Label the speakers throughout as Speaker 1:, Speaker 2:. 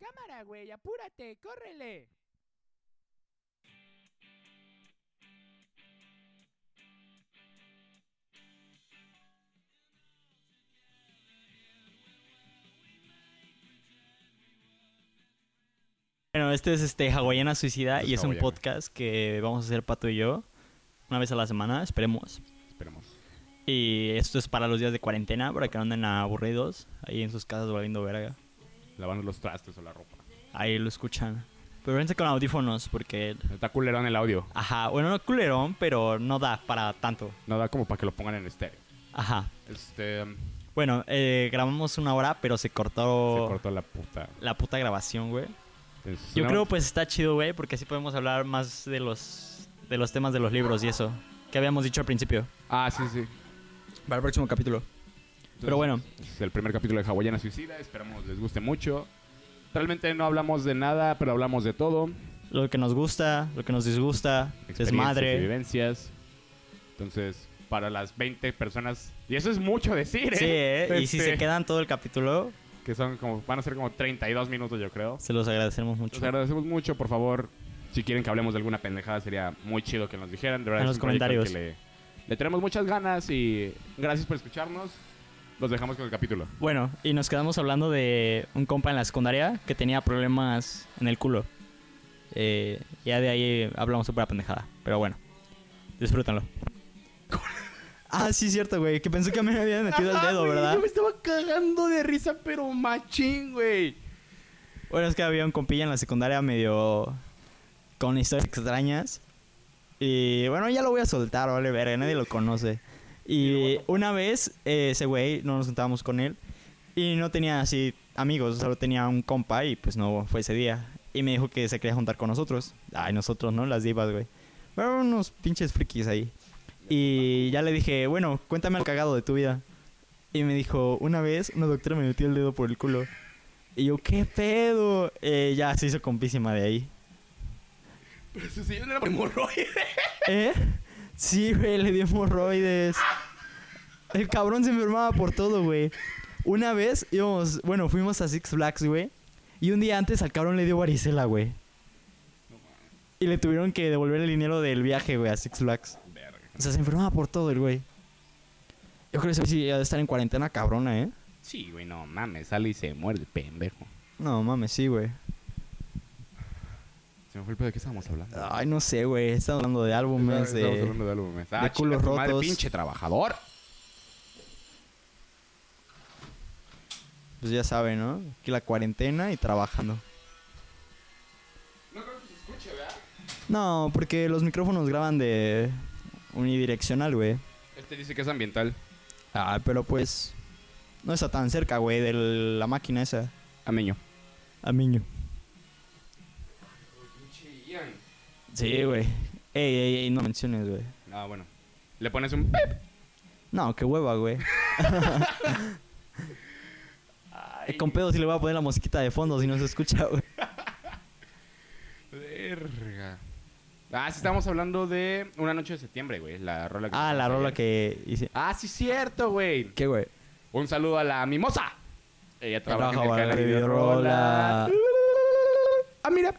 Speaker 1: cámara, güey. Apúrate, córrele.
Speaker 2: Bueno, este es este Hawaiana Suicida
Speaker 3: Este es
Speaker 2: y es un
Speaker 3: Hawaiana.
Speaker 2: podcast que vamos a hacer Pato y yo una vez a la semana, esperemos.
Speaker 3: Esperemos.
Speaker 2: Y esto es para los días de cuarentena, para que no anden aburridos ahí en sus casas valiendo verga.
Speaker 3: Lavando los trastes o la ropa.
Speaker 2: Ahí lo escuchan. Pero vénse con audífonos porque...
Speaker 3: Está culerón el audio.
Speaker 2: Ajá, bueno, no culerón, pero no da para tanto.
Speaker 3: No da como para que lo pongan en estéreo.
Speaker 2: Ajá.
Speaker 3: Este. um,
Speaker 2: Bueno, eh, grabamos una hora, pero se cortó,
Speaker 3: Se cortó la puta.
Speaker 2: la puta grabación, güey.
Speaker 3: Es-
Speaker 2: oh. Yo
Speaker 3: no,
Speaker 2: creo pues está chido, güey, porque así podemos hablar más de los, de los temas de los libros y eso. Que habíamos dicho al principio.
Speaker 3: Ah, sí, sí.
Speaker 4: Para el próximo capítulo.
Speaker 2: Pero bueno.
Speaker 3: Es el primer capítulo de Hawaiana Suicida. Esperamos les guste mucho. Realmente no hablamos de nada, pero hablamos de todo.
Speaker 2: Lo que nos gusta, lo que nos disgusta,
Speaker 3: Experiencias y
Speaker 2: desmadre.
Speaker 3: vivencias. Entonces, para las 20 personas. Y eso es mucho decir, ¿eh?
Speaker 2: Sí, ¿eh? y si
Speaker 3: Este,
Speaker 2: se quedan todo el capítulo,
Speaker 3: Que son como. Van a ser como 32 minutos, yo creo.
Speaker 2: se los agradecemos mucho.
Speaker 3: Les agradecemos mucho, por favor. Si quieren que hablemos de alguna pendejada, sería muy chido que nos dijeran. De verdad,
Speaker 2: En los
Speaker 3: es un proyecto al
Speaker 2: comentarios.
Speaker 3: que Le, le tenemos muchas ganas y gracias por escucharnos. Los dejamos con el capítulo.
Speaker 2: Bueno, y nos quedamos hablando de un compa en la secundaria que tenía problemas en el culo. Eh, ya de ahí hablamos súper pendejada, pero bueno, disfrútenlo. Ah, sí, cierto, güey, que pensé que me habían metido el dedo, ¿verdad?
Speaker 3: estaba cagando de risa, pero machín, güey.
Speaker 2: Bueno, es que había un compilla en la secundaria medio con historias extrañas. Y bueno, ya lo voy a soltar, vale, verga, nadie lo conoce. Y una vez, eh, ese güey, no nos juntábamos con él. Y no tenía así amigos, solo tenía un compa y pues no fue ese día. Y me dijo que se quería juntar con nosotros. Ay, nosotros, ¿no? Las divas, güey. Pero unos pinches frikis ahí. Y ya le dije, bueno, cuéntame lo cagado de tu vida. Y me dijo, una vez una doctora me metió el dedo por el culo. Y yo, ¿qué pedo? Eh, ya se hizo compísima de ahí.
Speaker 3: Pero su señor era hemorroide.
Speaker 2: ¿Eh? Sí, güey, le dio hemorroides. El cabrón se enfermaba por todo, güey. Una vez íbamos, bueno, fuimos a Six Flags, güey. Y un día antes al cabrón le dio varicela, güey. Y le tuvieron que devolver el dinero del viaje, güey, a Six Flags. O sea, se enfermaba por todo el güey. Yo creo que sí, ha de estar en cuarentena cabrona, ¿eh?
Speaker 3: Sí, güey, no mames, sale y se muere el pendejo.
Speaker 2: No, mames, sí, güey.
Speaker 3: Se me fue el pedo de qué estábamos hablando.
Speaker 2: Ay, no sé, güey. Estamos hablando de álbumes,
Speaker 3: Estábamos
Speaker 2: Ah, de...
Speaker 3: hablando de álbumes. Ah,
Speaker 2: de culos
Speaker 3: chinga tu madre,
Speaker 2: rotos.
Speaker 3: pinche trabajador.
Speaker 2: Pues ya saben, ¿no? Que la cuarentena y trabajando.
Speaker 3: No creo que se escuche, ¿verdad?
Speaker 2: No, porque los micrófonos graban de unidireccional, güey.
Speaker 3: Este dice que es ambiental.
Speaker 2: Ah, pero pues no está tan cerca, güey, de la máquina esa.
Speaker 3: Ameño.
Speaker 2: Amiño.
Speaker 3: Pinche
Speaker 2: Sí, güey. Ey, ey, ey, no menciones, güey.
Speaker 3: Ah, bueno. Le pones un pip.
Speaker 2: No, qué hueva, güey. Eh, Con pedo si le voy a poner la mosquita de fondo si no se escucha, güey.
Speaker 3: Verga. Ah, sí, estábamos hablando de Una Noche de Septiembre, güey. La rola que.
Speaker 2: Ah, la rola que hice.
Speaker 3: Ah, sí, cierto, güey.
Speaker 2: ¿Qué, güey?
Speaker 3: Un saludo a la mimosa. Ella trabaja en el
Speaker 2: Trabaja para
Speaker 3: canal de
Speaker 2: la
Speaker 3: Videorola.
Speaker 2: videorola.
Speaker 3: Ah, mira.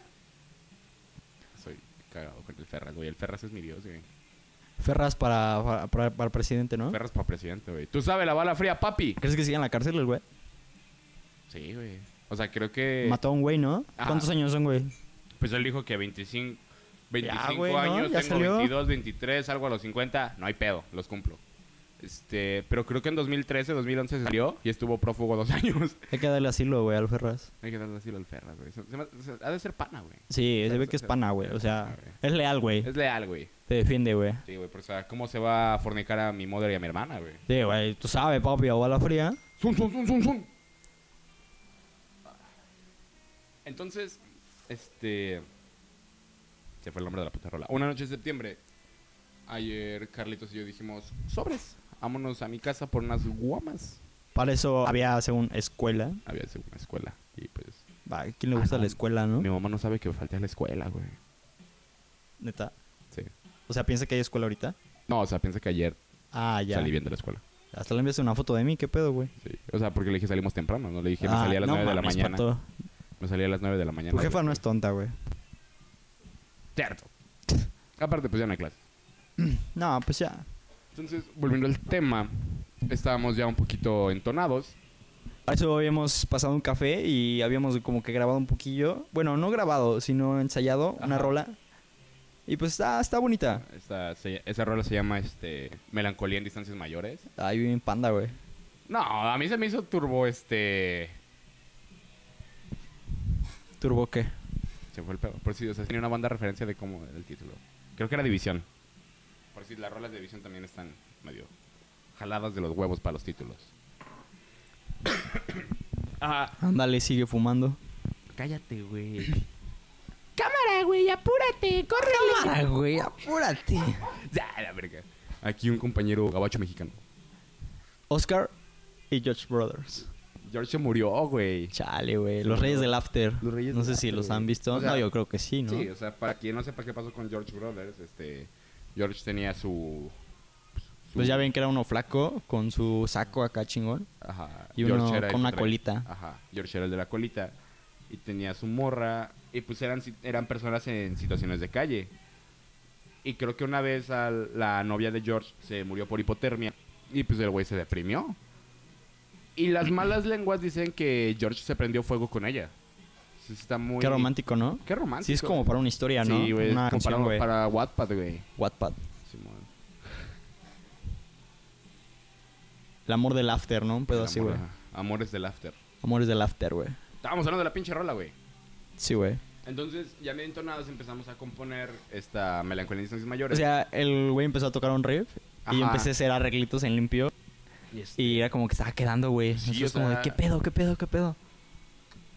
Speaker 3: Soy cagado con el Ferras, güey. El Ferras es mi dios, güey.
Speaker 2: Ferras para, para, para- para presidente, ¿no?
Speaker 3: Ferras para presidente, güey. Tú sabes la bala fría, papi.
Speaker 2: ¿Crees que siga en la cárcel el güey?
Speaker 3: Sí, güey. O sea, creo que.
Speaker 2: Mató a un güey, ¿no?
Speaker 3: Eh. Ajá.
Speaker 2: ¿Cuántos años son, güey?
Speaker 3: Pues él dijo que 25, 25
Speaker 2: güey, ¿no?
Speaker 3: años,
Speaker 2: ¿Ya
Speaker 3: tengo
Speaker 2: salió?
Speaker 3: 22, 23, algo a los 50, no hay pedo, los cumplo. Este, pero creo que en 2013, 2011 se salió y estuvo prófugo dos años.
Speaker 2: Hay que darle asilo, güey, al Ferraz.
Speaker 3: Hay que darle asilo al Ferras, güey. Se- se me- se- ha de ser pana, güey.
Speaker 2: Sí,
Speaker 3: sea,
Speaker 2: se ve que
Speaker 3: o
Speaker 2: es
Speaker 3: sea,
Speaker 2: pana, güey. O sea,
Speaker 3: güey.
Speaker 2: es leal, güey.
Speaker 3: Es leal, güey.
Speaker 2: Te defiende, güey.
Speaker 3: Sí, güey, pero o sea, ¿cómo se va a fornicar a mi madre y a mi hermana, güey?
Speaker 2: Sí, güey. Tú sabes, papi, a la fría.
Speaker 3: ¡Zum, zum, zum, zum, zum! Entonces, este... Se fue el nombre de la puta rola. Una noche de septiembre, ayer Carlitos y yo dijimos, sobres, vámonos a mi casa por unas guamas.
Speaker 2: Para eso había, según, escuela.
Speaker 3: Había sido una escuela y pues...
Speaker 2: Va, ¿quién le
Speaker 3: Ah,
Speaker 2: gusta
Speaker 3: no.
Speaker 2: la escuela, no?
Speaker 3: Mi mamá no sabe que falté a la escuela, güey.
Speaker 2: Neta.
Speaker 3: Sí.
Speaker 2: O sea, piensa que hay escuela ahorita.
Speaker 3: No, o sea, piensa que ayer
Speaker 2: Ah, ya.
Speaker 3: salí bien de la escuela.
Speaker 2: Hasta le enviaste una foto de mí, ¿qué pedo, güey?
Speaker 3: Sí. O sea, porque le dije salimos temprano, no le dije me
Speaker 2: Ah,
Speaker 3: salí a las
Speaker 2: no
Speaker 3: nueve de la
Speaker 2: mames,
Speaker 3: mañana.
Speaker 2: pato.
Speaker 3: Me salía a las 9 de la mañana.
Speaker 2: Tu jefa no es tonta, güey.
Speaker 3: Cierto. Aparte, pues ya no hay clase.
Speaker 2: No, pues ya.
Speaker 3: Entonces, volviendo al tema, estábamos ya un poquito entonados.
Speaker 2: Para Ah, eso habíamos pasado un café y habíamos como que grabado un poquillo. Bueno, no grabado, sino ensayado una
Speaker 3: Ajá.
Speaker 2: rola. Y pues está, está bonita.
Speaker 3: Esta, se- esa rola se llama este, Melancolía en Distancias Mayores.
Speaker 2: Ay, bien panda, güey.
Speaker 3: No, a mí se me hizo turbo este.
Speaker 2: Turbo qué.
Speaker 3: Se fue el pedo. Por si, o sea, tenía una banda referencia de cómo era el título. Creo que era División. Por si las rolas de División también están medio jaladas de los huevos para los títulos. Ajá.
Speaker 2: Ándale, sigue fumando.
Speaker 1: Cállate, güey. Cámara, güey, apúrate, córrele.
Speaker 2: güey, apúrate.
Speaker 3: Ya, la verga. Aquí un compañero gabacho mexicano.
Speaker 2: Oscar y George Brothers.
Speaker 3: George se murió, güey.
Speaker 2: Chale, güey. Los Reyes del After.
Speaker 3: Los Reyes
Speaker 2: no
Speaker 3: del
Speaker 2: sé si
Speaker 3: After,
Speaker 2: los
Speaker 3: güey.
Speaker 2: han visto.
Speaker 3: O sea,
Speaker 2: no, yo creo que sí, ¿no?
Speaker 3: Sí, o sea, para quien no sepa qué pasó con George Brothers, este. George tenía su. su-
Speaker 2: Pues ya ven que era uno flaco con su saco acá chingón.
Speaker 3: Ajá.
Speaker 2: Y uno
Speaker 3: el
Speaker 2: con una
Speaker 3: que trae-
Speaker 2: colita.
Speaker 3: Ajá. George era el de la colita. Y tenía su morra. Y pues eran, si- eran personas en situaciones de calle. Y creo que una vez a la novia de George se murió por hipotermia. Y pues el güey se deprimió. Y las malas lenguas dicen que George se prendió fuego con ella. Sí, Está muy...
Speaker 2: Qué romántico, ¿no?
Speaker 3: Qué romántico.
Speaker 2: Sí, es como para una historia, ¿no?
Speaker 3: Sí, güey. es
Speaker 2: Una
Speaker 3: como para-
Speaker 2: canción, güey.
Speaker 3: para Wattpad, güey.
Speaker 2: Wattpad.
Speaker 3: Simón.
Speaker 2: El amor del after, ¿no? Un pedo
Speaker 3: El
Speaker 2: así,
Speaker 3: amor,
Speaker 2: güey.
Speaker 3: ajá. Amores del after.
Speaker 2: Amores del after, güey.
Speaker 3: Estábamos hablando de la pinche rola, güey.
Speaker 2: Sí, güey.
Speaker 3: Entonces, ya medio entonados empezamos a componer esta melancolía en distancias
Speaker 2: O
Speaker 3: mayores.
Speaker 2: sea, el güey empezó a tocar un riff y yo
Speaker 3: Ajá.
Speaker 2: empecé a hacer arreglitos en limpio
Speaker 3: Y este,
Speaker 2: y era como que estaba quedando, güey.
Speaker 3: Sí,
Speaker 2: Nosotros
Speaker 3: o
Speaker 2: como de,
Speaker 3: sea-
Speaker 2: ¿qué pedo, qué pedo, qué pedo?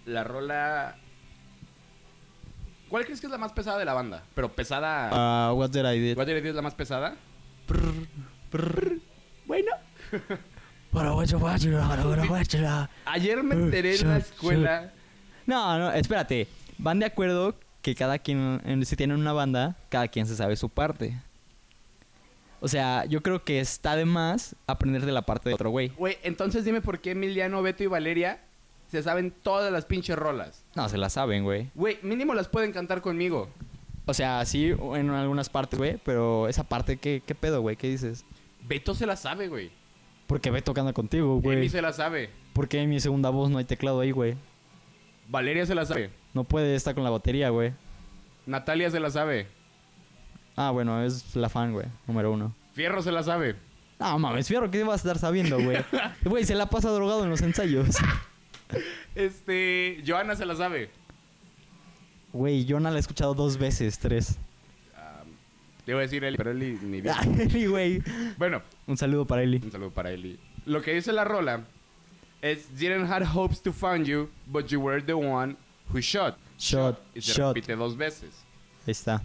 Speaker 3: la rola. ¿Cuál crees que es la más pesada de la banda? Pero pesada.
Speaker 2: Ah, what did I did?
Speaker 3: ¿Cuál dirías que es la más pesada?
Speaker 2: Prr, prr.
Speaker 1: Bueno,
Speaker 2: Bueno, guacho, guacho, guacho, guacho.
Speaker 3: Ayer me
Speaker 2: Eh,
Speaker 3: enteré en
Speaker 2: sí,
Speaker 3: la
Speaker 2: sí.
Speaker 3: escuela.
Speaker 2: No, no, espérate. Van de acuerdo que cada quien, en- si tienen una banda, cada quien se sabe su parte. O sea, yo creo que está de más aprender de la parte de otro güey.
Speaker 3: Güey, entonces dime por qué Emiliano, Beto y Valeria se saben todas las pinches rolas.
Speaker 2: No, se la saben, güey.
Speaker 3: Güey, mínimo las pueden cantar conmigo.
Speaker 2: O sea, sí, en algunas partes, güey, pero esa parte, ¿qué, qué pedo, güey? ¿Qué dices?
Speaker 3: Beto se la sabe, güey.
Speaker 2: Porque ve tocando contigo,
Speaker 3: Emi
Speaker 2: güey.
Speaker 3: se la sabe.
Speaker 2: Porque en mi segunda voz no hay teclado ahí, güey.
Speaker 3: Valeria se la sabe.
Speaker 2: No puede estar con la batería, güey.
Speaker 3: Natalia se la sabe.
Speaker 2: Ah, bueno, es la fan, güey, número uno.
Speaker 3: Fierro se la sabe.
Speaker 2: No mames, fierro, ¿qué vas a estar sabiendo, güey? Güey, se la pasa drogado en los ensayos.
Speaker 3: Este. Joana se la sabe.
Speaker 2: Güey, Jonah la he escuchado dos veces, tres.
Speaker 3: Te iba a decir Eli, pero Eli ni bien.
Speaker 2: Ah, Eli, güey.
Speaker 3: Bueno,
Speaker 2: Un saludo para Eli.
Speaker 3: un saludo para Eli. Lo que dice la rola es Didn't had hopes to find you, but you were the one who shot.
Speaker 2: Shot,
Speaker 3: Y se
Speaker 2: shot.
Speaker 3: repite dos veces.
Speaker 2: Ahí está.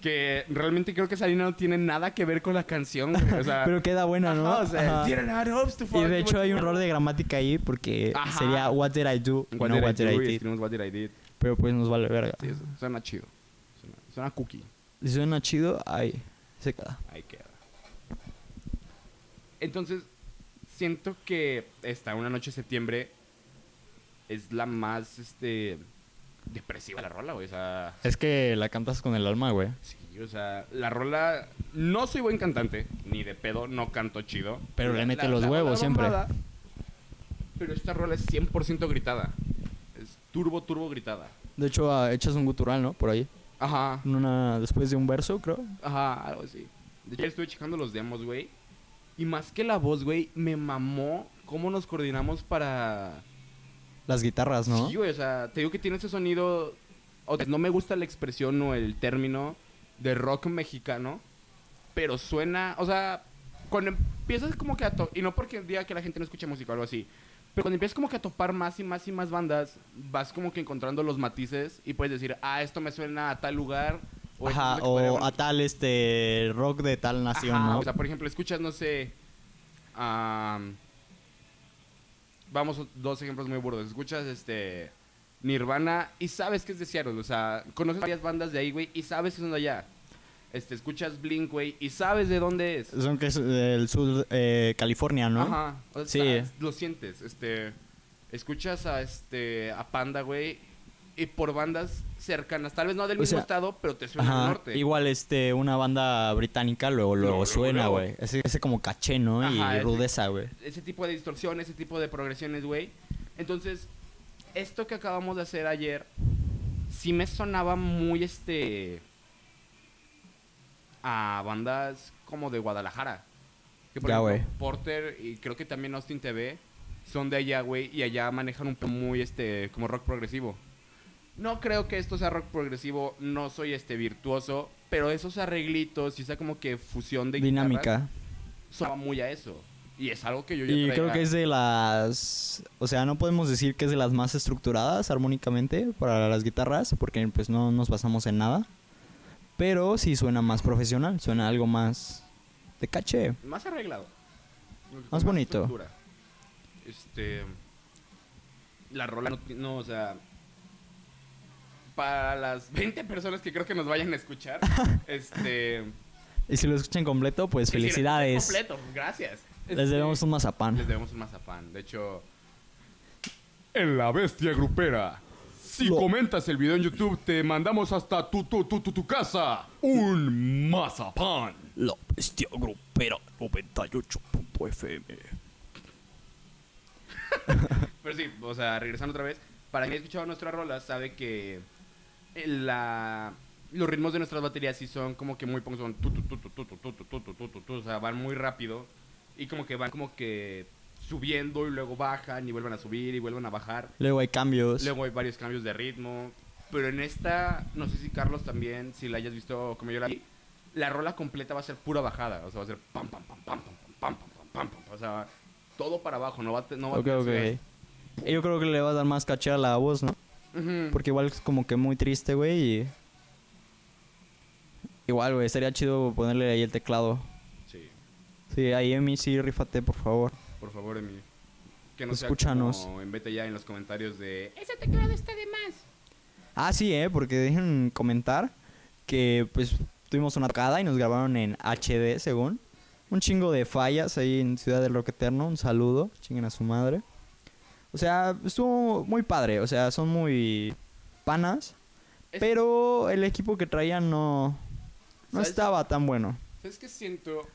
Speaker 3: Que realmente creo que esa línea no tiene nada que ver con la canción. güey. O sea,
Speaker 2: Pero queda buena, ¿no?
Speaker 3: Ah. Ajá, o sea,
Speaker 2: Ajá.
Speaker 3: Didn't had hopes to
Speaker 2: Y
Speaker 3: find
Speaker 2: de
Speaker 3: you,
Speaker 2: hecho
Speaker 3: but
Speaker 2: hay
Speaker 3: you
Speaker 2: un
Speaker 3: were-
Speaker 2: error de gramática ahí porque
Speaker 3: Ajá.
Speaker 2: sería What did I do?
Speaker 3: What
Speaker 2: no
Speaker 3: did I
Speaker 2: What
Speaker 3: do?
Speaker 2: did
Speaker 3: Y
Speaker 2: I did.
Speaker 3: escribimos What did I did.
Speaker 2: Pero pues nos vale verga.
Speaker 3: Sí, eso suena chido. Suena, suena cookie.
Speaker 2: Si suena chido, ahí se queda.
Speaker 3: Ahí queda. Entonces, siento que esta una noche de septiembre es la más este depresiva la rola, güey. O sea,
Speaker 2: Es que la cantas con el alma, güey.
Speaker 3: sí, o sea, la rola. No soy buen cantante, ni de pedo, no canto chido.
Speaker 2: Pero le
Speaker 3: La-
Speaker 2: mete
Speaker 3: la-
Speaker 2: los
Speaker 3: la
Speaker 2: huevos
Speaker 3: rola
Speaker 2: siempre.
Speaker 3: mamada, pero esta rola es 100% gritada. Es turbo, turbo gritada.
Speaker 2: De hecho, ah, echas un gutural, ¿no? Por ahí.
Speaker 3: Ajá.
Speaker 2: Una, después de un verso, creo.
Speaker 3: Ajá, algo así. De hecho, estuve checando los demos, güey. Y más que la voz, güey, me mamó cómo nos coordinamos para...
Speaker 2: Las guitarras, ¿no?
Speaker 3: Sí, güey, o sea, te digo que tiene ese sonido... o- no me gusta la expresión o el término de rock mexicano, pero suena... O sea, cuando empiezas como que a... to- Y no porque diga que la gente no escucha música o algo así. Pero cuando empiezas como que a topar más y más y más bandas, vas como que encontrando los matices y puedes decir, ah, esto me suena a tal lugar. O esto
Speaker 2: Ajá,
Speaker 3: es lo que podría
Speaker 2: o
Speaker 3: una-
Speaker 2: a tal este rock de tal nación,
Speaker 3: Ajá,
Speaker 2: ¿no?
Speaker 3: O sea, por ejemplo, escuchas, no sé. am, vamos, dos ejemplos muy burdos. Escuchas este. Nirvana y sabes que es de Seattle. O sea, conoces varias bandas de ahí, güey, y sabes que son de allá. Este, escuchas Blink, güey, y sabes de dónde es.
Speaker 2: Son que es del sur, eh, California, ¿no?
Speaker 3: Ajá. O sea,
Speaker 2: Sí.
Speaker 3: lo sientes. Este. Escuchas a este. a Panda, güey. eh, por bandas cercanas. Tal vez no del
Speaker 2: O
Speaker 3: mismo
Speaker 2: sea,
Speaker 3: estado, pero te suena al
Speaker 2: Ajá.
Speaker 3: norte.
Speaker 2: Igual este, una banda británica luego, luego,
Speaker 3: luego,
Speaker 2: suena,
Speaker 3: luego.
Speaker 2: güey. Ese, ese como caché, ¿no?
Speaker 3: Ajá,
Speaker 2: y
Speaker 3: ese-
Speaker 2: rudeza, güey.
Speaker 3: Ese tipo de distorsión, ese tipo de progresiones, güey. Entonces, esto que acabamos de hacer ayer, sí me sonaba muy este. a bandas como de Guadalajara. Que por
Speaker 2: Ya,
Speaker 3: ejemplo,
Speaker 2: güey.
Speaker 3: Porter y creo que también Austin TV son de allá, güey, y allá manejan un pe- muy este. como rock progresivo. No creo que esto sea rock progresivo, no soy este virtuoso, pero esos arreglitos y esa como que fusión de guitarras,
Speaker 2: Dinámica.
Speaker 3: sonaba muy a eso. Y es algo que yo ya
Speaker 2: Y
Speaker 3: traía.
Speaker 2: creo que es de las... O sea, no podemos decir que es de las más estructuradas armónicamente para las guitarras, porque pues no nos basamos en nada. Pero sí suena más profesional, suena algo más de caché.
Speaker 3: más arreglado. Con
Speaker 2: bonito.
Speaker 3: estructura. Este la rola no, ti- no, o sea, para las 20 personas que creo que nos vayan a escuchar, este
Speaker 2: Y si lo escuchan completo, pues
Speaker 3: sí, sí,
Speaker 2: felicidades.
Speaker 3: Completo, gracias. Este,
Speaker 2: Les debemos un mazapán.
Speaker 3: les debemos un mazapán. De hecho, en la bestia grupera. Si
Speaker 2: Lo-
Speaker 3: comentas el video en YouTube, te mandamos hasta tu, tu, tu, tu, tu casa un mazapán.
Speaker 5: La bestia grupera 98.fm.
Speaker 3: Pero sí, o sea, regresando otra vez, para quien ha escuchado nuestra rola sabe que eh, la, los ritmos de nuestras baterías sí son como que muy pong- son tu, tu, tu, tu, tu, tu, tu, tu, tu, tu, tu, tu, tu, o sea, van muy rápido y como que van como que subiendo y luego bajan y vuelven a subir y vuelven a bajar.
Speaker 2: Luego hay cambios.
Speaker 3: Luego hay varios cambios de ritmo, pero en esta, no sé si Carlos también, si la hayas visto como yo la vi, la rola completa va a ser pura bajada, o sea, va a ser pam pam pam pam pam pam pam pam pam, pam, o sea, todo para abajo, no va a, te- no va a
Speaker 2: Ok,
Speaker 3: tener
Speaker 2: ok.
Speaker 3: subidas.
Speaker 2: Y Yo creo que le va a dar más caché a la voz, ¿no?
Speaker 3: Ujú.
Speaker 2: Porque igual es como que muy triste, güey. Y... Igual, güey, estaría chido ponerle ahí el teclado.
Speaker 3: Sí,
Speaker 2: Sí, ahí Emi, sí, rífate, por favor.
Speaker 3: por favor, Emi. Que no
Speaker 2: Escúchanos.
Speaker 3: Sea como en vete ya en los comentarios de. "Ese
Speaker 1: este
Speaker 2: Ah, sí, eh, porque dejen comentar que pues tuvimos una tocada y nos grabaron en HD, según. Un chingo de fallas ahí en Ciudad del Rock Eterno. Un saludo, chinguen a su madre. O sea, estuvo muy padre, o sea, son muy panas.
Speaker 3: Es-
Speaker 2: Pero el equipo que traían no, no
Speaker 3: ¿Sabes?
Speaker 2: estaba tan bueno.
Speaker 3: ¿Sabes qué siento?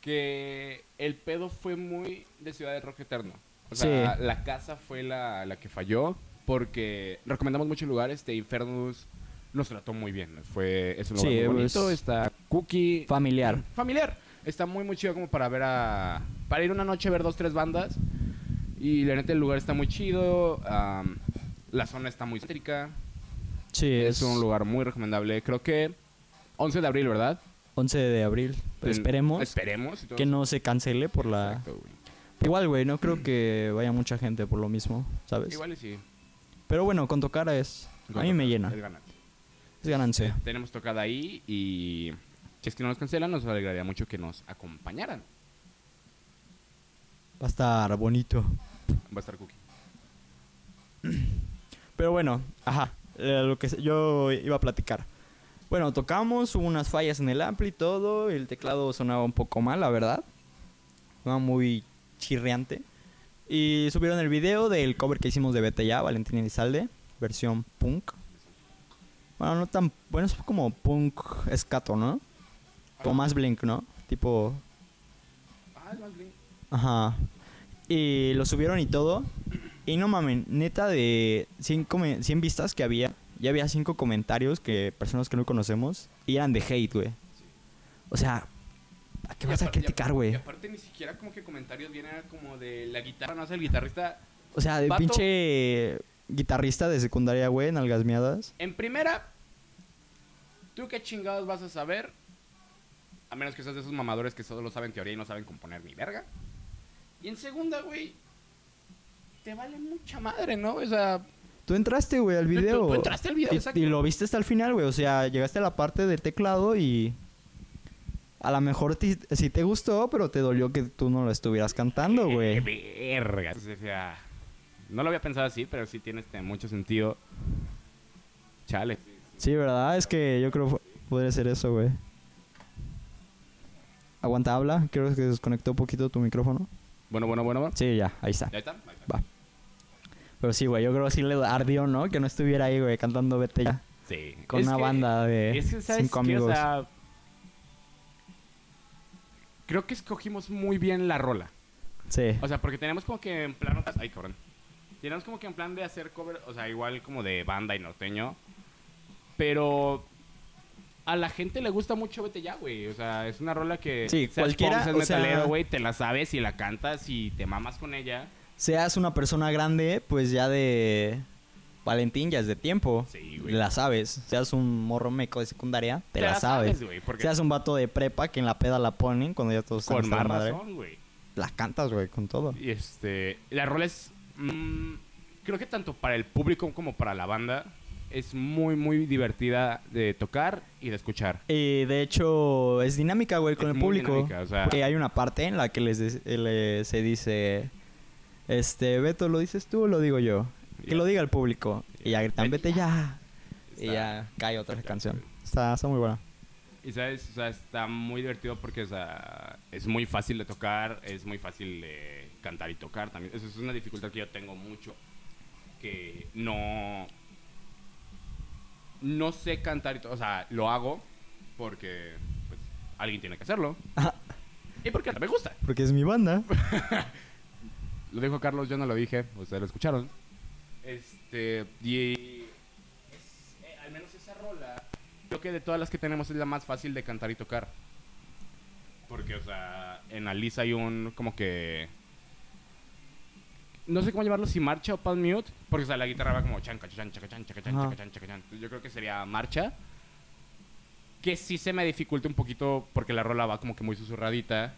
Speaker 3: Que el pedo fue muy de Ciudad de Rock Eterno. O sea,
Speaker 2: Sí.
Speaker 3: la casa fue la, la que falló porque recomendamos muchos lugares. Este Infernus nos trató muy bien. Fue, es un lugar
Speaker 2: Sí,
Speaker 3: muy
Speaker 2: pues,
Speaker 3: bonito. Está Cookie.
Speaker 2: Familiar.
Speaker 3: familiar. Está muy, muy chido como para ver a... Para ir una noche a ver dos, tres bandas. Y la neta el lugar está muy chido. am, la zona está muy céntrica.
Speaker 2: Sí,
Speaker 3: Es un lugar muy recomendable. Creo que 11 de abril, ¿verdad?
Speaker 2: 11 de abril. Pero
Speaker 3: Ten-
Speaker 2: Pues esperemos
Speaker 3: Esperemos. y todo
Speaker 2: que
Speaker 3: eso.
Speaker 2: no se cancele por la...
Speaker 3: Exacto, güey.
Speaker 2: Igual, güey, no creo que vaya mucha gente por lo mismo, ¿sabes?
Speaker 3: Igual y sí.
Speaker 2: Pero bueno, con Tocara es... pues, A mí me llena.
Speaker 3: El ganante.
Speaker 2: Es ganancia.
Speaker 3: Tenemos tocada ahí y... Si es que no nos cancelan, nos alegraría mucho que nos acompañaran.
Speaker 2: Va a estar bonito.
Speaker 3: Va a estar Cookie.
Speaker 2: Pero bueno, ajá. eh, lo que se- yo iba a platicar. Bueno, tocamos, hubo unas fallas en el ampli y todo. El teclado sonaba un poco mal, la verdad. Sonaba muy chirriante. Y subieron el video del cover que hicimos de Vete Ya, Valentín Elizalde, versión punk. Bueno, no tan. Bueno, es como punk escato, ¿no? Como más blink, ¿no? Tipo
Speaker 3: Ah, es más bien.
Speaker 2: Ajá. Y lo subieron y todo. Y no mamen, neta de 100, come- 100 vistas que había, ya había 5 comentarios que personas que no conocemos y eran de hate, güey. O sea, ¿a qué
Speaker 3: Y
Speaker 2: vas a
Speaker 3: apar- y
Speaker 2: criticar,
Speaker 3: apar- Y
Speaker 2: güey?
Speaker 3: aparte ni siquiera como que comentarios vienen como de la guitarra, no hace el guitarrista.
Speaker 2: O sea, de
Speaker 3: vato-
Speaker 2: pinche guitarrista de secundaria, güey, en algas miadas.
Speaker 3: En primera, ¿tú qué chingados vas a saber? A menos que seas de esos mamadores que solo saben teoría y no saben componer ni verga. Y en segunda, güey, te vale mucha madre, ¿no? O sea,
Speaker 2: Tú entraste, güey, al
Speaker 3: tú- tú-
Speaker 2: video.
Speaker 3: tú entraste al video,
Speaker 2: y-
Speaker 3: exacto.
Speaker 2: y lo viste hasta el final, güey. O sea, llegaste a la parte del teclado y... A lo mejor ti- sí te gustó, pero te dolió que tú no lo estuvieras cantando, güey.
Speaker 3: verga. Entonces, o sea, no lo había pensado así, pero sí tiene este, mucho sentido. Chale.
Speaker 2: Sí, ¿verdad? Es que yo creo que podría ser eso, güey. Aguanta, habla. Creo que se desconectó un poquito tu micrófono.
Speaker 3: Bueno, bueno, bueno, bueno.
Speaker 2: Sí, ya, ahí está.
Speaker 3: Ahí está. ahí está.
Speaker 2: Va. Pero sí, güey, yo creo que sí le ardió, ¿no? Que no estuviera ahí, güey, cantando Vete ya.
Speaker 3: Sí.
Speaker 2: Con
Speaker 6: Es
Speaker 2: una
Speaker 6: que-
Speaker 2: banda de
Speaker 6: Es que, ¿sabes
Speaker 2: cinco
Speaker 6: qué?
Speaker 2: amigos.
Speaker 6: O sea,
Speaker 3: Creo que escogimos muy bien la rola.
Speaker 2: sí.
Speaker 3: O sea, porque tenemos como que en plan... otras- Ay, cabrón. Tenemos como que en plan de hacer cover, o sea, igual como de banda y norteño. Pero a la gente le gusta mucho Vete Ya, güey. O sea, es una rola que...
Speaker 2: Sí,
Speaker 3: seas
Speaker 2: cualquiera,
Speaker 3: punk, seas
Speaker 2: o sea-
Speaker 3: metalero, güey, te la sabes y la cantas y te mamas con ella.
Speaker 2: Seas una persona grande, pues ya de... Valentín ya es de tiempo.
Speaker 3: Sí, güey.
Speaker 2: La sabes. Seas un morro meco de secundaria, te, la, sabes.
Speaker 3: güey. Porque
Speaker 2: Seas un vato de prepa que en la peda la ponen cuando ya todos
Speaker 3: con
Speaker 2: están hasta
Speaker 3: más
Speaker 2: la madre.
Speaker 3: razón, güey.
Speaker 2: Las cantas, güey, con todo.
Speaker 3: Y este, la rola es, mm, creo que tanto para el público como para la banda, es muy, muy divertida de tocar y de escuchar.
Speaker 2: Y de hecho, es dinámica, güey, con
Speaker 3: Es
Speaker 2: el
Speaker 3: muy
Speaker 2: público.
Speaker 3: dinámica, o sea-
Speaker 2: Porque hay una parte en la que les, des- eh, le- se dice: Este, Beto, ¿lo dices tú o lo digo yo? Que
Speaker 3: Ya.
Speaker 2: lo diga el público. Y ya gritan:
Speaker 3: Vete
Speaker 2: Vete ya.
Speaker 3: Está-
Speaker 2: Y ya cae otra canción. Está, está muy buena.
Speaker 3: Y sabes, o sea, está muy divertido porque o sea, es muy fácil de tocar, es muy fácil de cantar y tocar también. Eso es una dificultad que yo tengo mucho. Que no. No sé cantar y todo. O sea, lo hago porque pues, alguien tiene que hacerlo. Y porque me gusta.
Speaker 2: Porque es mi banda.
Speaker 3: Lo dijo Carlos, yo no lo dije, ustedes lo escucharon. Este, y. es- eh, al menos esa rola, creo que de todas las que tenemos es la más fácil de cantar y tocar. Porque, o sea, en Alice hay un como que. No sé cómo llamarlo, si marcha o pan mute. Porque, o sea, la guitarra va como chan, cachan, chacachan, chacachan,
Speaker 2: Ajá.
Speaker 3: chacachan, chacachan. Entonces, Yo creo que sería marcha. Que sí se me dificulta un poquito porque la rola va como que muy susurradita.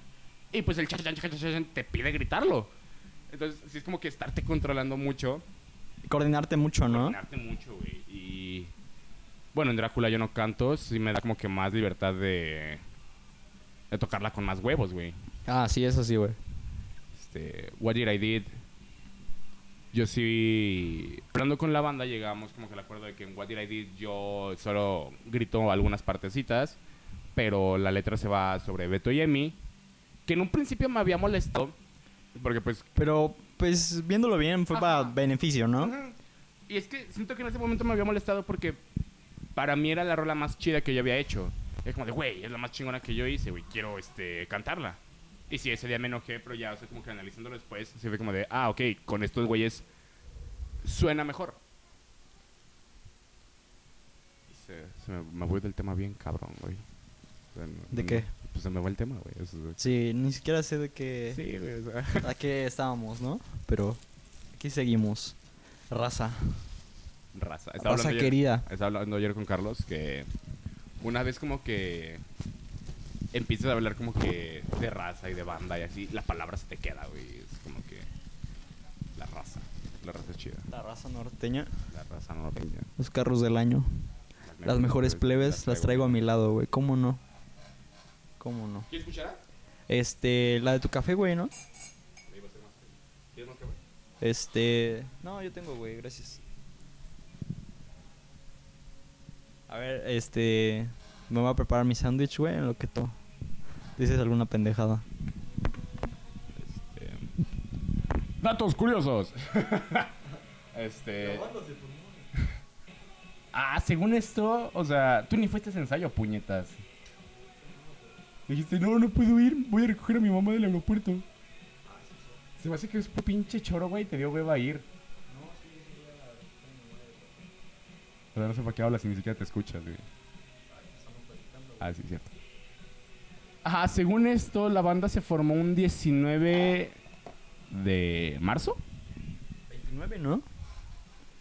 Speaker 3: Y pues el chachan, chacachan, chacachan te pide gritarlo. Entonces, sí es como que estarte controlando mucho.
Speaker 2: Coordinarte mucho, ¿no?
Speaker 3: Coordinarte mucho, güey. Y. Bueno, en Drácula yo no canto, sí me da como que más libertad de. de tocarla con más huevos, güey.
Speaker 2: Ah, sí, eso sí, güey.
Speaker 3: Este. What Did I Did. Yo sí. Hablando con la banda, llegamos como que al acuerdo de que en What Did I Did yo solo grito algunas partecitas, pero la letra se va sobre Beto y Emi, que en un principio me había molestado, porque pues
Speaker 2: Pero, pues, viéndolo bien, fue para
Speaker 3: Ajá.
Speaker 2: beneficio, ¿no?
Speaker 3: Ujú. Y es que siento que en ese momento me había molestado porque para mí era la rola más chida que yo había hecho. Es como de, güey, es la más chingona que yo hice, güey, quiero este, cantarla. Y sí, ese día me enojé, pero ya, o sea, como que analizándolo después, se ve como de, ah, ok, con estos güeyes suena mejor. Se, se me, me voy del tema bien cabrón, güey. O sea, no-
Speaker 2: ¿De
Speaker 3: no-
Speaker 2: qué?
Speaker 3: Pues se me va el tema, güey. Eso es-
Speaker 2: Sí, ni siquiera sé de qué,
Speaker 3: Sí, güey, o sea.
Speaker 2: a qué estábamos, ¿no? Pero aquí seguimos. Raza.
Speaker 3: Raza.
Speaker 2: Raza
Speaker 3: ayer-
Speaker 2: querida.
Speaker 3: estaba hablando ayer con Carlos que una vez como que empiezas a hablar como que de raza y de banda y así, la palabra se te queda, güey. Es como que la raza. La raza es chida.
Speaker 2: La raza norteña.
Speaker 3: La raza norteña.
Speaker 2: Los carros del año. Las mejores plebes las traigo a mi lado, güey. ¿Cómo no? ¿Cómo no?
Speaker 3: ¿Quieres escuchar?
Speaker 2: Este, la de tu café, güey, ¿no?
Speaker 3: ¿Quieres más que güey?
Speaker 2: Este. No, yo tengo, güey, gracias. A ver, este. Me voy a preparar mi sándwich, güey, en lo que tú dices alguna pendejada.
Speaker 3: Eh, Datos curiosos. este. Ah, según esto, o sea, tú ni fuiste a ese ensayo, puñetas. Dijiste, no, no puedo ir, voy a recoger a mi mamá del aeropuerto. Se me hace que es pu- pinche choro, güey, te dio hueva a ir. O sea, no sé para qué hablas y ni siquiera te escuchas, güey. Ah, sí, cierto. Ajá, según esto, la banda se formó un 19 de marzo.
Speaker 2: 29, ¿no?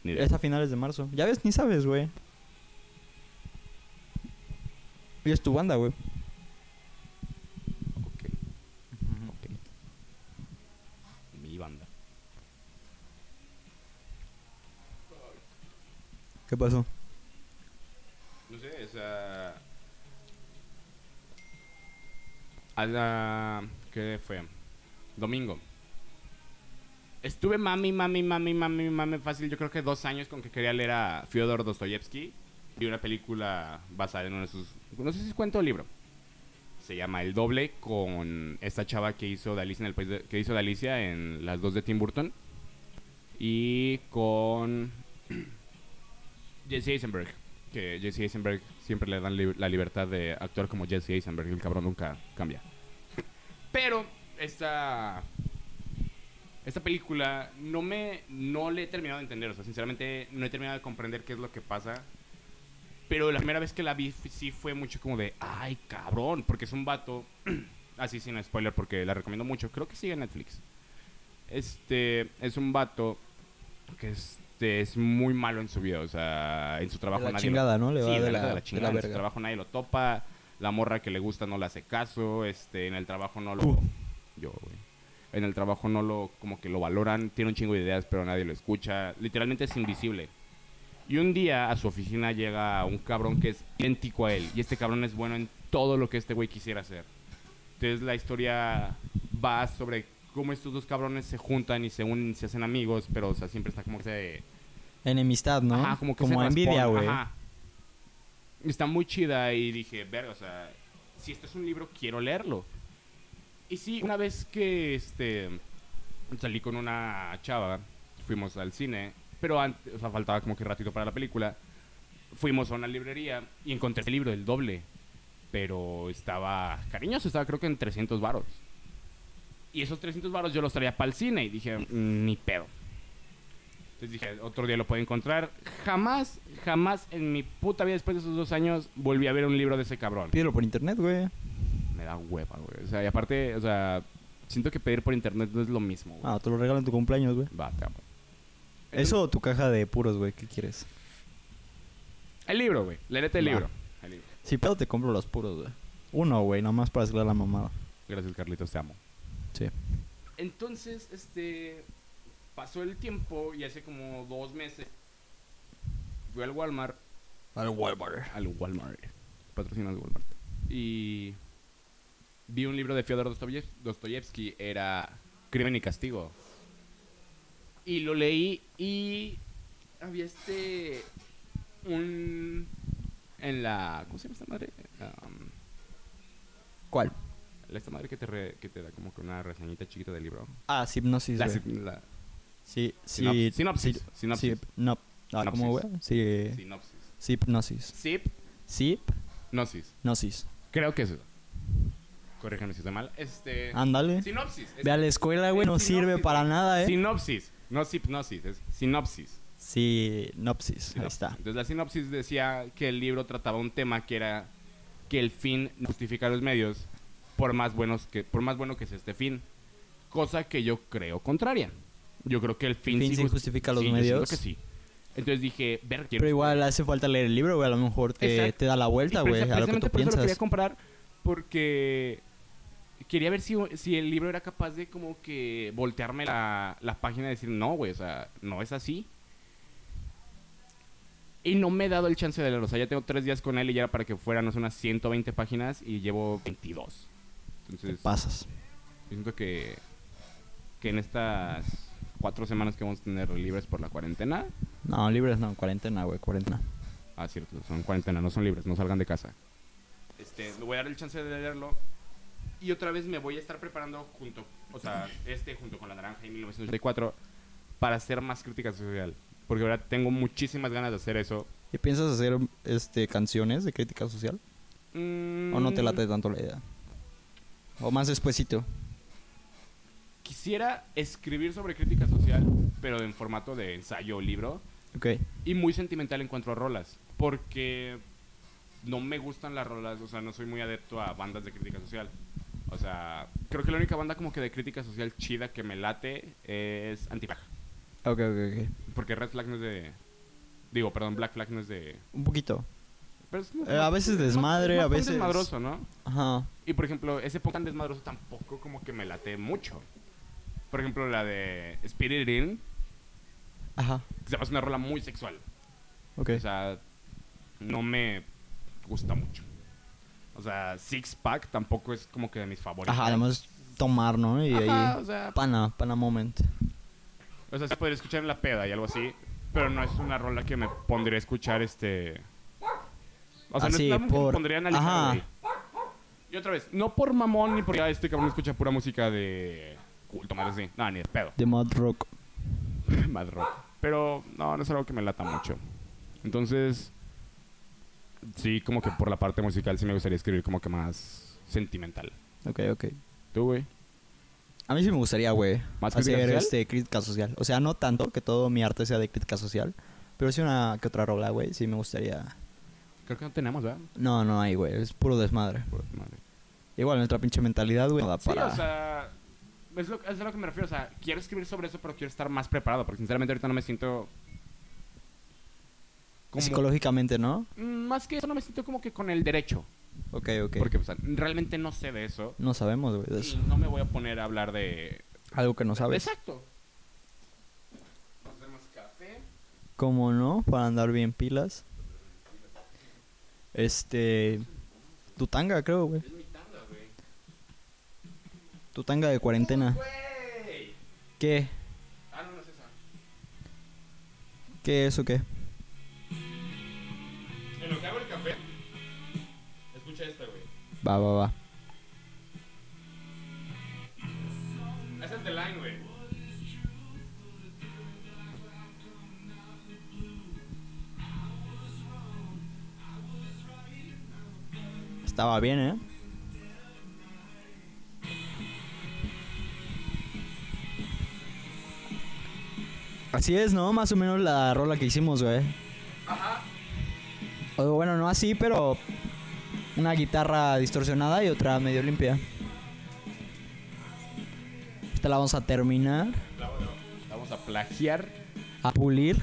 Speaker 3: Ni idea.
Speaker 2: Es a finales de marzo. Ya ves, ni sabes, güey. Y es tu banda, güey.
Speaker 3: Mi banda.
Speaker 2: ¿Qué pasó?
Speaker 3: No sé, o sea. A la. ¿Qué fue? Domingo. Estuve mami, mami, mami, mami, mami fácil. Yo creo que dos años con que quería leer a Fyodor Dostoyevsky. Y una película basada en uno de sus. No sé si es cuento o libro. Se llama El Doble con esta chava que hizo de Alicia en el país de- que hizo de Alicia en las dos de Tim Burton. Y con Jesse Eisenberg. Que Jesse Eisenberg siempre le dan li- la libertad de actuar como Jesse Eisenberg. El cabrón nunca cambia. Pero esta esta película no me no le he terminado de entender, o sea, sinceramente no he terminado de comprender qué es lo que pasa. Pero la primera vez que la vi f- sí fue mucho como de, ay, cabrón, porque es un vato así sin spoiler porque la recomiendo mucho, creo que sigue en Netflix. Este es un vato que este es muy malo en su vida, o sea, en su trabajo
Speaker 2: la
Speaker 3: nadie lo-
Speaker 2: chingada, ¿no? Le va
Speaker 3: Sí,
Speaker 2: de la-
Speaker 3: la, neta de
Speaker 2: de
Speaker 3: la
Speaker 2: la
Speaker 3: chingada, en su
Speaker 2: verga.
Speaker 3: trabajo nadie lo topa, la morra que le gusta no le hace caso, este en el trabajo no
Speaker 2: Uh.
Speaker 3: lo yo, güey. En el trabajo no lo, como que lo valoran, tiene un chingo de ideas, pero nadie lo escucha. Literalmente es invisible. Y un día a su oficina llega un cabrón que es idéntico a él. Y este cabrón es bueno en todo lo que este güey quisiera hacer. Entonces la historia va sobre cómo estos dos cabrones se juntan y se unen, se hacen amigos, pero o sea, siempre está como que se-
Speaker 2: Enemistad, ¿no?
Speaker 3: Ajá, como que se
Speaker 2: envidia,
Speaker 3: raspón,
Speaker 2: güey.
Speaker 3: ajá. Está muy chida y dije, verga, o sea, si este es un libro, quiero leerlo. Y sí, una vez que este salí con una chava, fuimos al cine, pero antes, o sea, faltaba como que ratito para la película. Fuimos a una librería y encontré el libro, el doble. Pero estaba cariñoso, estaba creo que en 300 varos. Y esos 300 varos yo los traía para el cine y dije, "Mm, ni pedo. Entonces dije, otro día lo puedo encontrar. Jamás, jamás en mi puta vida después de esos dos años volví a ver un libro de ese cabrón.
Speaker 2: Pídelo por internet, güey.
Speaker 3: Me da hueva, güey. O sea, y aparte, o sea, siento que pedir por internet no es lo mismo, güey.
Speaker 2: Ah, te lo regalan en tu cumpleaños, güey.
Speaker 3: Va, te amo.
Speaker 2: Eso o tu caja de puros, güey. ¿Qué quieres?
Speaker 3: El libro, güey. Léete el
Speaker 2: Va.
Speaker 3: libro. El libro.
Speaker 2: Si pedo, te compro los puros, güey. Uno, güey, nomás para arreglar la mamada.
Speaker 3: Gracias, Carlitos, te amo.
Speaker 2: Sí.
Speaker 3: Entonces, este. Pasó el tiempo y hace como dos meses. Fui al Walmart.
Speaker 5: Al Walmart.
Speaker 3: Al Walmart. Patrocinas Walmart. Y. Vi un libro de Fyodor Dostoyev- Dostoyevsky. Era. Crimen y Castigo. Y lo leí y. Había este. Un. En la. ¿Cómo se llama esta madre? Um,
Speaker 2: ¿Cuál?
Speaker 3: la- esta madre que te, re- que te da como que una reseñita chiquita del libro.
Speaker 2: Ah, hipnosis,
Speaker 3: La,
Speaker 2: güey.
Speaker 3: sin- la-
Speaker 2: Sí,
Speaker 3: Sinop-
Speaker 2: sí.
Speaker 3: sinopsis,
Speaker 2: sí-
Speaker 3: sinopsis.
Speaker 2: sí- no. Ah, ¿cómo, güey?
Speaker 3: Sinopsis.
Speaker 2: Sí.
Speaker 3: sinopsis.
Speaker 2: Sí, hipnosis.
Speaker 3: Sip.
Speaker 2: Sí,
Speaker 3: Gnosis.
Speaker 2: hipnosis.
Speaker 3: Creo que es eso. Corrígeme si estoy mal. Este.
Speaker 2: Ándale.
Speaker 3: Sinopsis. es-
Speaker 2: Ve a la escuela, güey.
Speaker 3: es
Speaker 2: No sirve
Speaker 3: sinopsis,
Speaker 2: para
Speaker 3: güey.
Speaker 2: nada, eh.
Speaker 3: Sinopsis. No hipnosis, es sinopsis.
Speaker 2: Sinopsis. Ahí
Speaker 3: Sinopsis.
Speaker 2: está.
Speaker 3: Entonces la sinopsis decía que el libro trataba un tema que era que el fin no justifica los medios por más buenos que por más bueno que sea este fin, cosa que yo creo contraria. Yo creo que el fin,
Speaker 2: fin sí
Speaker 3: justi-
Speaker 2: justifica los
Speaker 3: sí, yo siento
Speaker 2: medios.
Speaker 3: que sí. Entonces dije, ver, quiero
Speaker 2: Pero igual hace falta leer el libro, güey. A lo mejor te,
Speaker 3: Exacto.
Speaker 2: te da la
Speaker 3: Y
Speaker 2: vuelta,
Speaker 3: preci-
Speaker 2: güey. A lo que
Speaker 3: precisamente
Speaker 2: tú
Speaker 3: por eso lo quería
Speaker 2: piensas.
Speaker 3: comprar porque quería ver si, si el libro era capaz de como que voltearme la, la página y decir, no, güey, o sea, no es así. Y no me he dado el chance de leerlo. O sea, ya tengo tres días con él y ya era para que fueran no sé, unas 120 páginas y llevo 22.
Speaker 2: Te
Speaker 3: Entonces, yo
Speaker 2: pasas.
Speaker 3: siento que, que en estas cuatro semanas que vamos a tener libres por la cuarentena...
Speaker 2: No, libres no. Cuarentena, güey. Cuarentena.
Speaker 3: Ah, cierto, son cuarentena, no son libres, no salgan de casa. Este, me voy a dar el chance de leerlo. Y otra vez me voy a estar preparando junto, o sea, este junto con La Naranja y 1984 para hacer más crítica social. Porque ahora tengo muchísimas ganas de hacer eso.
Speaker 2: ¿Y piensas hacer este canciones de crítica social? ¿O no te
Speaker 3: Mm,
Speaker 2: late tanto la idea? O más despuesito.
Speaker 3: Quisiera escribir sobre crítica social, pero en formato de ensayo o libro.
Speaker 2: Ok.
Speaker 3: Y muy sentimental en cuanto a rolas. Porque no me gustan las rolas, o sea, no soy muy adepto a bandas de crítica social. O sea, creo que la única banda como que de crítica social chida que me late es Antiflag.
Speaker 2: Ok, ok, ok.
Speaker 3: Porque Red Flag no es de... Digo, perdón, Black Flag no es de...
Speaker 2: Un poquito.
Speaker 3: pero es más-
Speaker 2: Eh, a veces
Speaker 3: es más-
Speaker 2: desmadre,
Speaker 3: es más
Speaker 2: a
Speaker 3: punk
Speaker 2: veces-
Speaker 3: desmadroso, ¿no?
Speaker 2: Ajá.
Speaker 3: Y por ejemplo, ese punk tan desmadroso tampoco como que me late mucho. Por ejemplo, la de Spirit In,
Speaker 2: Ajá.
Speaker 3: que se me hace una rola muy sexual.
Speaker 2: Ok.
Speaker 3: O sea, no me gusta mucho. O sea, Six Pack tampoco es como que de mis favoritos.
Speaker 2: Ajá, además tomar, ¿no? Y
Speaker 3: Ajá,
Speaker 2: ahí.
Speaker 3: o sea,
Speaker 2: Pana, pana moment.
Speaker 3: o sea, se podría escuchar en la peda y algo así, pero no es una rola que me pondría a escuchar este... O sea, no
Speaker 2: Así,
Speaker 3: es una que me
Speaker 2: por-
Speaker 3: pondría a analizar,
Speaker 2: ajá.
Speaker 3: güey. Y otra vez, no por mamón ni porque ah, este cabrón escucha pura música de culto, madre así. No, ni de pedo.
Speaker 2: De mod rock.
Speaker 3: mad rock. Pero no, no es algo que me lata mucho. Entonces, sí, como que por la parte musical sí me gustaría escribir como que más sentimental.
Speaker 2: Ok, ok.
Speaker 3: ¿Tú, güey?
Speaker 2: A mí sí me gustaría, güey,
Speaker 3: ¿Más
Speaker 2: hacer
Speaker 3: crítica social?
Speaker 2: este, crítica social. O sea, no tanto que todo mi arte sea de crítica social, pero sí una que otra rola, güey. Sí me gustaría.
Speaker 3: Creo que no tenemos, ¿verdad?
Speaker 2: No, no hay, güey. Es puro desmadre.
Speaker 3: Por madre.
Speaker 2: Igual nuestra pinche mentalidad, güey, no da
Speaker 3: Sí,
Speaker 2: para.
Speaker 3: o sea, es, lo, es a lo que me refiero. O sea, quiero escribir sobre eso, pero quiero estar más preparado. Porque sinceramente ahorita no me siento. como-
Speaker 2: Psicológicamente, ¿no?
Speaker 3: Mm, Más que eso, no me siento como que con el derecho.
Speaker 2: Ok, ok.
Speaker 3: Porque o sea, realmente no sé de eso.
Speaker 2: No sabemos, güey, de eso.
Speaker 3: Y no me voy a poner a hablar de.
Speaker 2: Algo que no sabes.
Speaker 3: Exacto. Nos vemos café.
Speaker 2: ¿Cómo no? Para andar bien pilas. Este. Tu tanga, creo, güey.
Speaker 3: Es mi tanda, güey.
Speaker 2: Tu tanga de
Speaker 3: Ah.
Speaker 2: cuarentena.
Speaker 3: ¡Güey!
Speaker 2: ¿Qué?
Speaker 3: Ah, no, no es esa.
Speaker 2: ¿Qué eso qué?
Speaker 3: En lo que hago el café. Escucha esta, güey.
Speaker 2: Va, va, va.
Speaker 3: Esa es de Line, güey.
Speaker 2: Estaba bien, ¿eh? Así es, ¿no? Más o menos la rola que hicimos, güey. O, bueno, no así, pero una guitarra distorsionada y otra medio limpia. Esta la vamos a terminar,
Speaker 3: La voy a- la vamos a plagiar.
Speaker 2: a pulir.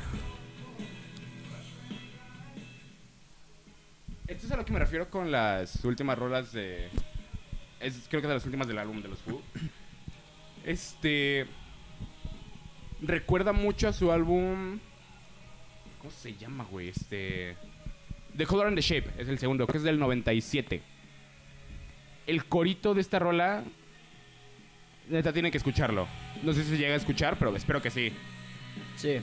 Speaker 3: Esto es a lo que me refiero con las últimas rolas de. Es, creo que de las últimas del álbum de los Who. Este. Recuerda mucho a su álbum. ¿Cómo se llama, güey? Este. The Color and the Shape es el segundo, creo que es del 97. El corito de esta rola. Neta, tienen que escucharlo. No sé si se llega a escuchar, pero espero que sí.
Speaker 2: Sí.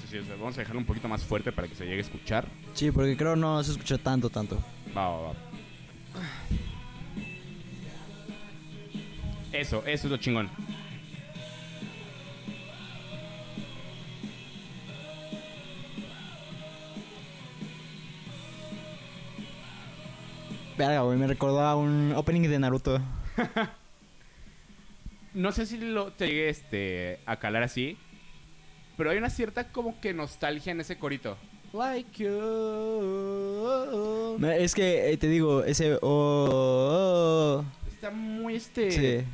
Speaker 3: Sí, sí, o sea, vamos a dejarlo un poquito más fuerte para que se llegue a escuchar.
Speaker 2: Sí, porque creo no se escuchó tanto, tanto.
Speaker 3: Va, va, va. Eso, eso es lo chingón.
Speaker 2: Verga, güey, me recordó a un opening de Naruto.
Speaker 3: No sé si lo, te llegue este, a calar así, pero hay una cierta como que nostalgia en ese corito. Like you.
Speaker 2: Me- Es que eh, te digo, ese. oh, oh, oh,
Speaker 3: Está muy este...
Speaker 2: sí.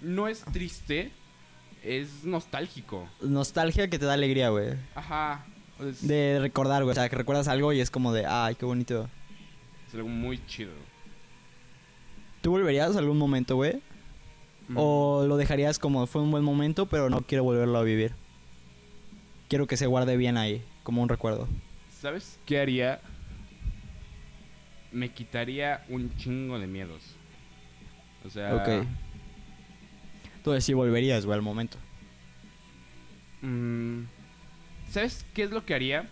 Speaker 3: No es triste, es nostálgico.
Speaker 2: Nostalgia que te da alegría, güey.
Speaker 3: Ajá. o sea, Es,
Speaker 2: De recordar, güey. O sea, que recuerdas algo y es como de, ay, qué bonito.
Speaker 3: es algo muy chido.
Speaker 2: ¿Tú volverías algún momento, güey? ¿O lo dejarías como fue un buen momento, pero no quiero volverlo a vivir? Quiero que se guarde bien ahí, como un recuerdo.
Speaker 3: ¿Sabes qué haría? Me quitaría un chingo de miedos. O sea...
Speaker 2: Ok. Entonces sí volverías, güey, al momento.
Speaker 3: Mm, ¿Sabes qué es lo que haría?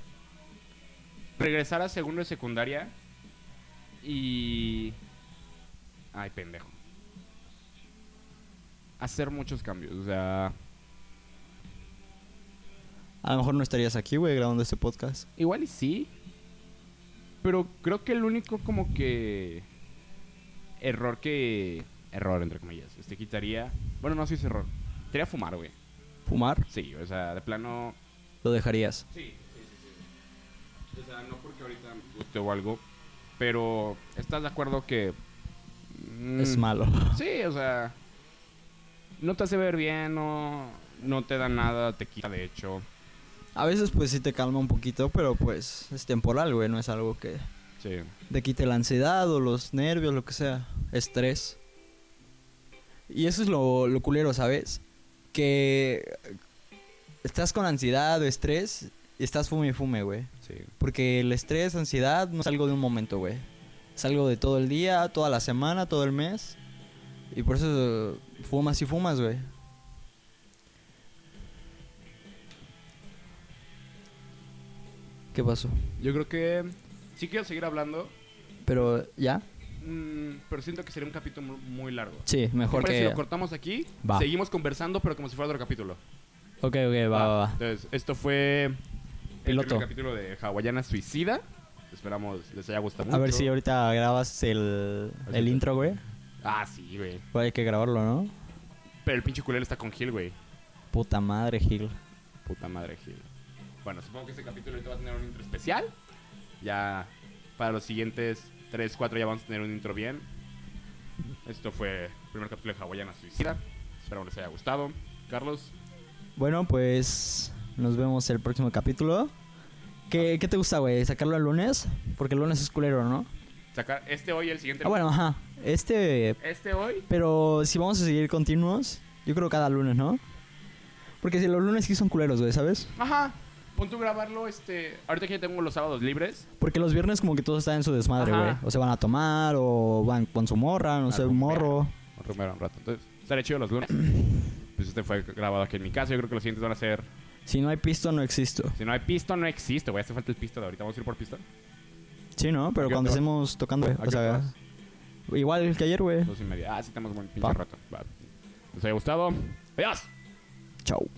Speaker 3: Regresar a segundo de secundaria y... Ay, pendejo. Hacer muchos cambios, o sea...
Speaker 2: A lo mejor no estarías aquí, güey, grabando este podcast.
Speaker 3: Igual y sí. Pero creo que el único como que... Error que... Error, entre comillas. Este quitaría... Bueno, no, sí es error. Quería fumar, güey.
Speaker 2: ¿Fumar?
Speaker 3: Sí, o sea, de plano...
Speaker 2: Lo dejarías.
Speaker 3: Sí, sí, sí, sí. O sea, no porque ahorita me guste o algo, pero ¿estás de acuerdo que... mm,
Speaker 2: Es malo.
Speaker 3: Sí, o sea, no te hace ver bien, no, no te da nada, te quita de hecho.
Speaker 2: A veces pues sí te calma un poquito, pero pues es temporal, güey, no es algo que
Speaker 3: Sí.
Speaker 2: te quite la ansiedad o los nervios, lo que sea, estrés. Y eso es lo, lo culero, ¿sabes? Que estás con ansiedad o estrés y estás fume y fume, güey.
Speaker 3: Sí.
Speaker 2: Porque el estrés, ansiedad, no es algo de un momento, güey. Es algo de todo el día, toda la semana, todo el mes. Y por eso eh, fumas y fumas, güey. ¿Qué pasó?
Speaker 3: Yo creo que sí quiero seguir hablando,
Speaker 2: ¿Pero ya?
Speaker 3: mm, pero siento que sería un capítulo mu- muy largo.
Speaker 2: Sí, mejor
Speaker 3: Pero si
Speaker 2: que...
Speaker 3: lo cortamos aquí,
Speaker 2: Va.
Speaker 3: seguimos conversando, pero como si fuera otro capítulo.
Speaker 2: Ok, ok,
Speaker 3: Ah.
Speaker 2: va, va, va.
Speaker 3: Entonces, esto fue
Speaker 2: Piloto.
Speaker 3: el primer capítulo de Hawaiana Suicida. Esperamos les haya gustado mucho.
Speaker 2: A ver si ahorita grabas el,
Speaker 3: Así
Speaker 2: el
Speaker 3: está.
Speaker 2: intro, güey.
Speaker 3: Ah, sí, güey.
Speaker 2: Pues hay que grabarlo, ¿no?
Speaker 3: Pero el pinche culero está con Gil, güey.
Speaker 2: Puta madre, Gil.
Speaker 3: Puta madre, Gil. Bueno, supongo que este capítulo ahorita va a tener un intro especial. Ya para los siguientes 3, 4 ya vamos a tener un intro bien. Esto fue el primer capítulo de Hawaiana Suicida. Esperamos les haya gustado. Carlos,
Speaker 2: Bueno, pues nos vemos el próximo capítulo. ¿Qué, qué te gusta, güey? ¿Sacarlo el lunes? Porque el lunes es culero, ¿no?
Speaker 3: sacar este hoy y el siguiente.
Speaker 2: Ah, bueno, ajá. Este...
Speaker 3: Este hoy.
Speaker 2: Pero si vamos a seguir continuos, yo creo cada lunes, ¿no? Porque si los lunes sí son culeros, güey, ¿sabes?
Speaker 3: Ajá. Pon tú grabarlo, este. Ahorita que ya tengo los sábados libres.
Speaker 2: Porque los viernes como que todos están en su desmadre,
Speaker 3: Ajá.
Speaker 2: güey. O se van a tomar, o van con su morra, no
Speaker 3: Ah,
Speaker 2: sé,
Speaker 3: con
Speaker 2: morro.
Speaker 3: Romero un rato. Entonces, estaré chido los lunes. Pues este fue grabado aquí en mi casa. Yo creo que los siguientes van a ser.
Speaker 2: Si no hay pisto, no existo.
Speaker 3: Si no hay pisto, no existe, güey. Hace falta el pisto de ahorita. Vamos a ir por pisto.
Speaker 2: Sí, ¿no? Pero
Speaker 3: ¿A qué
Speaker 2: cuando
Speaker 3: hora?
Speaker 2: estemos tocando, güey.
Speaker 3: ¿A
Speaker 2: O
Speaker 3: qué
Speaker 2: sea,
Speaker 3: horas?
Speaker 2: igual que ayer, güey.
Speaker 3: Dos y media. Ah, sí, estamos buen pinche
Speaker 2: Va.
Speaker 3: rato. Va. Les haya gustado. Adiós.
Speaker 2: Chau.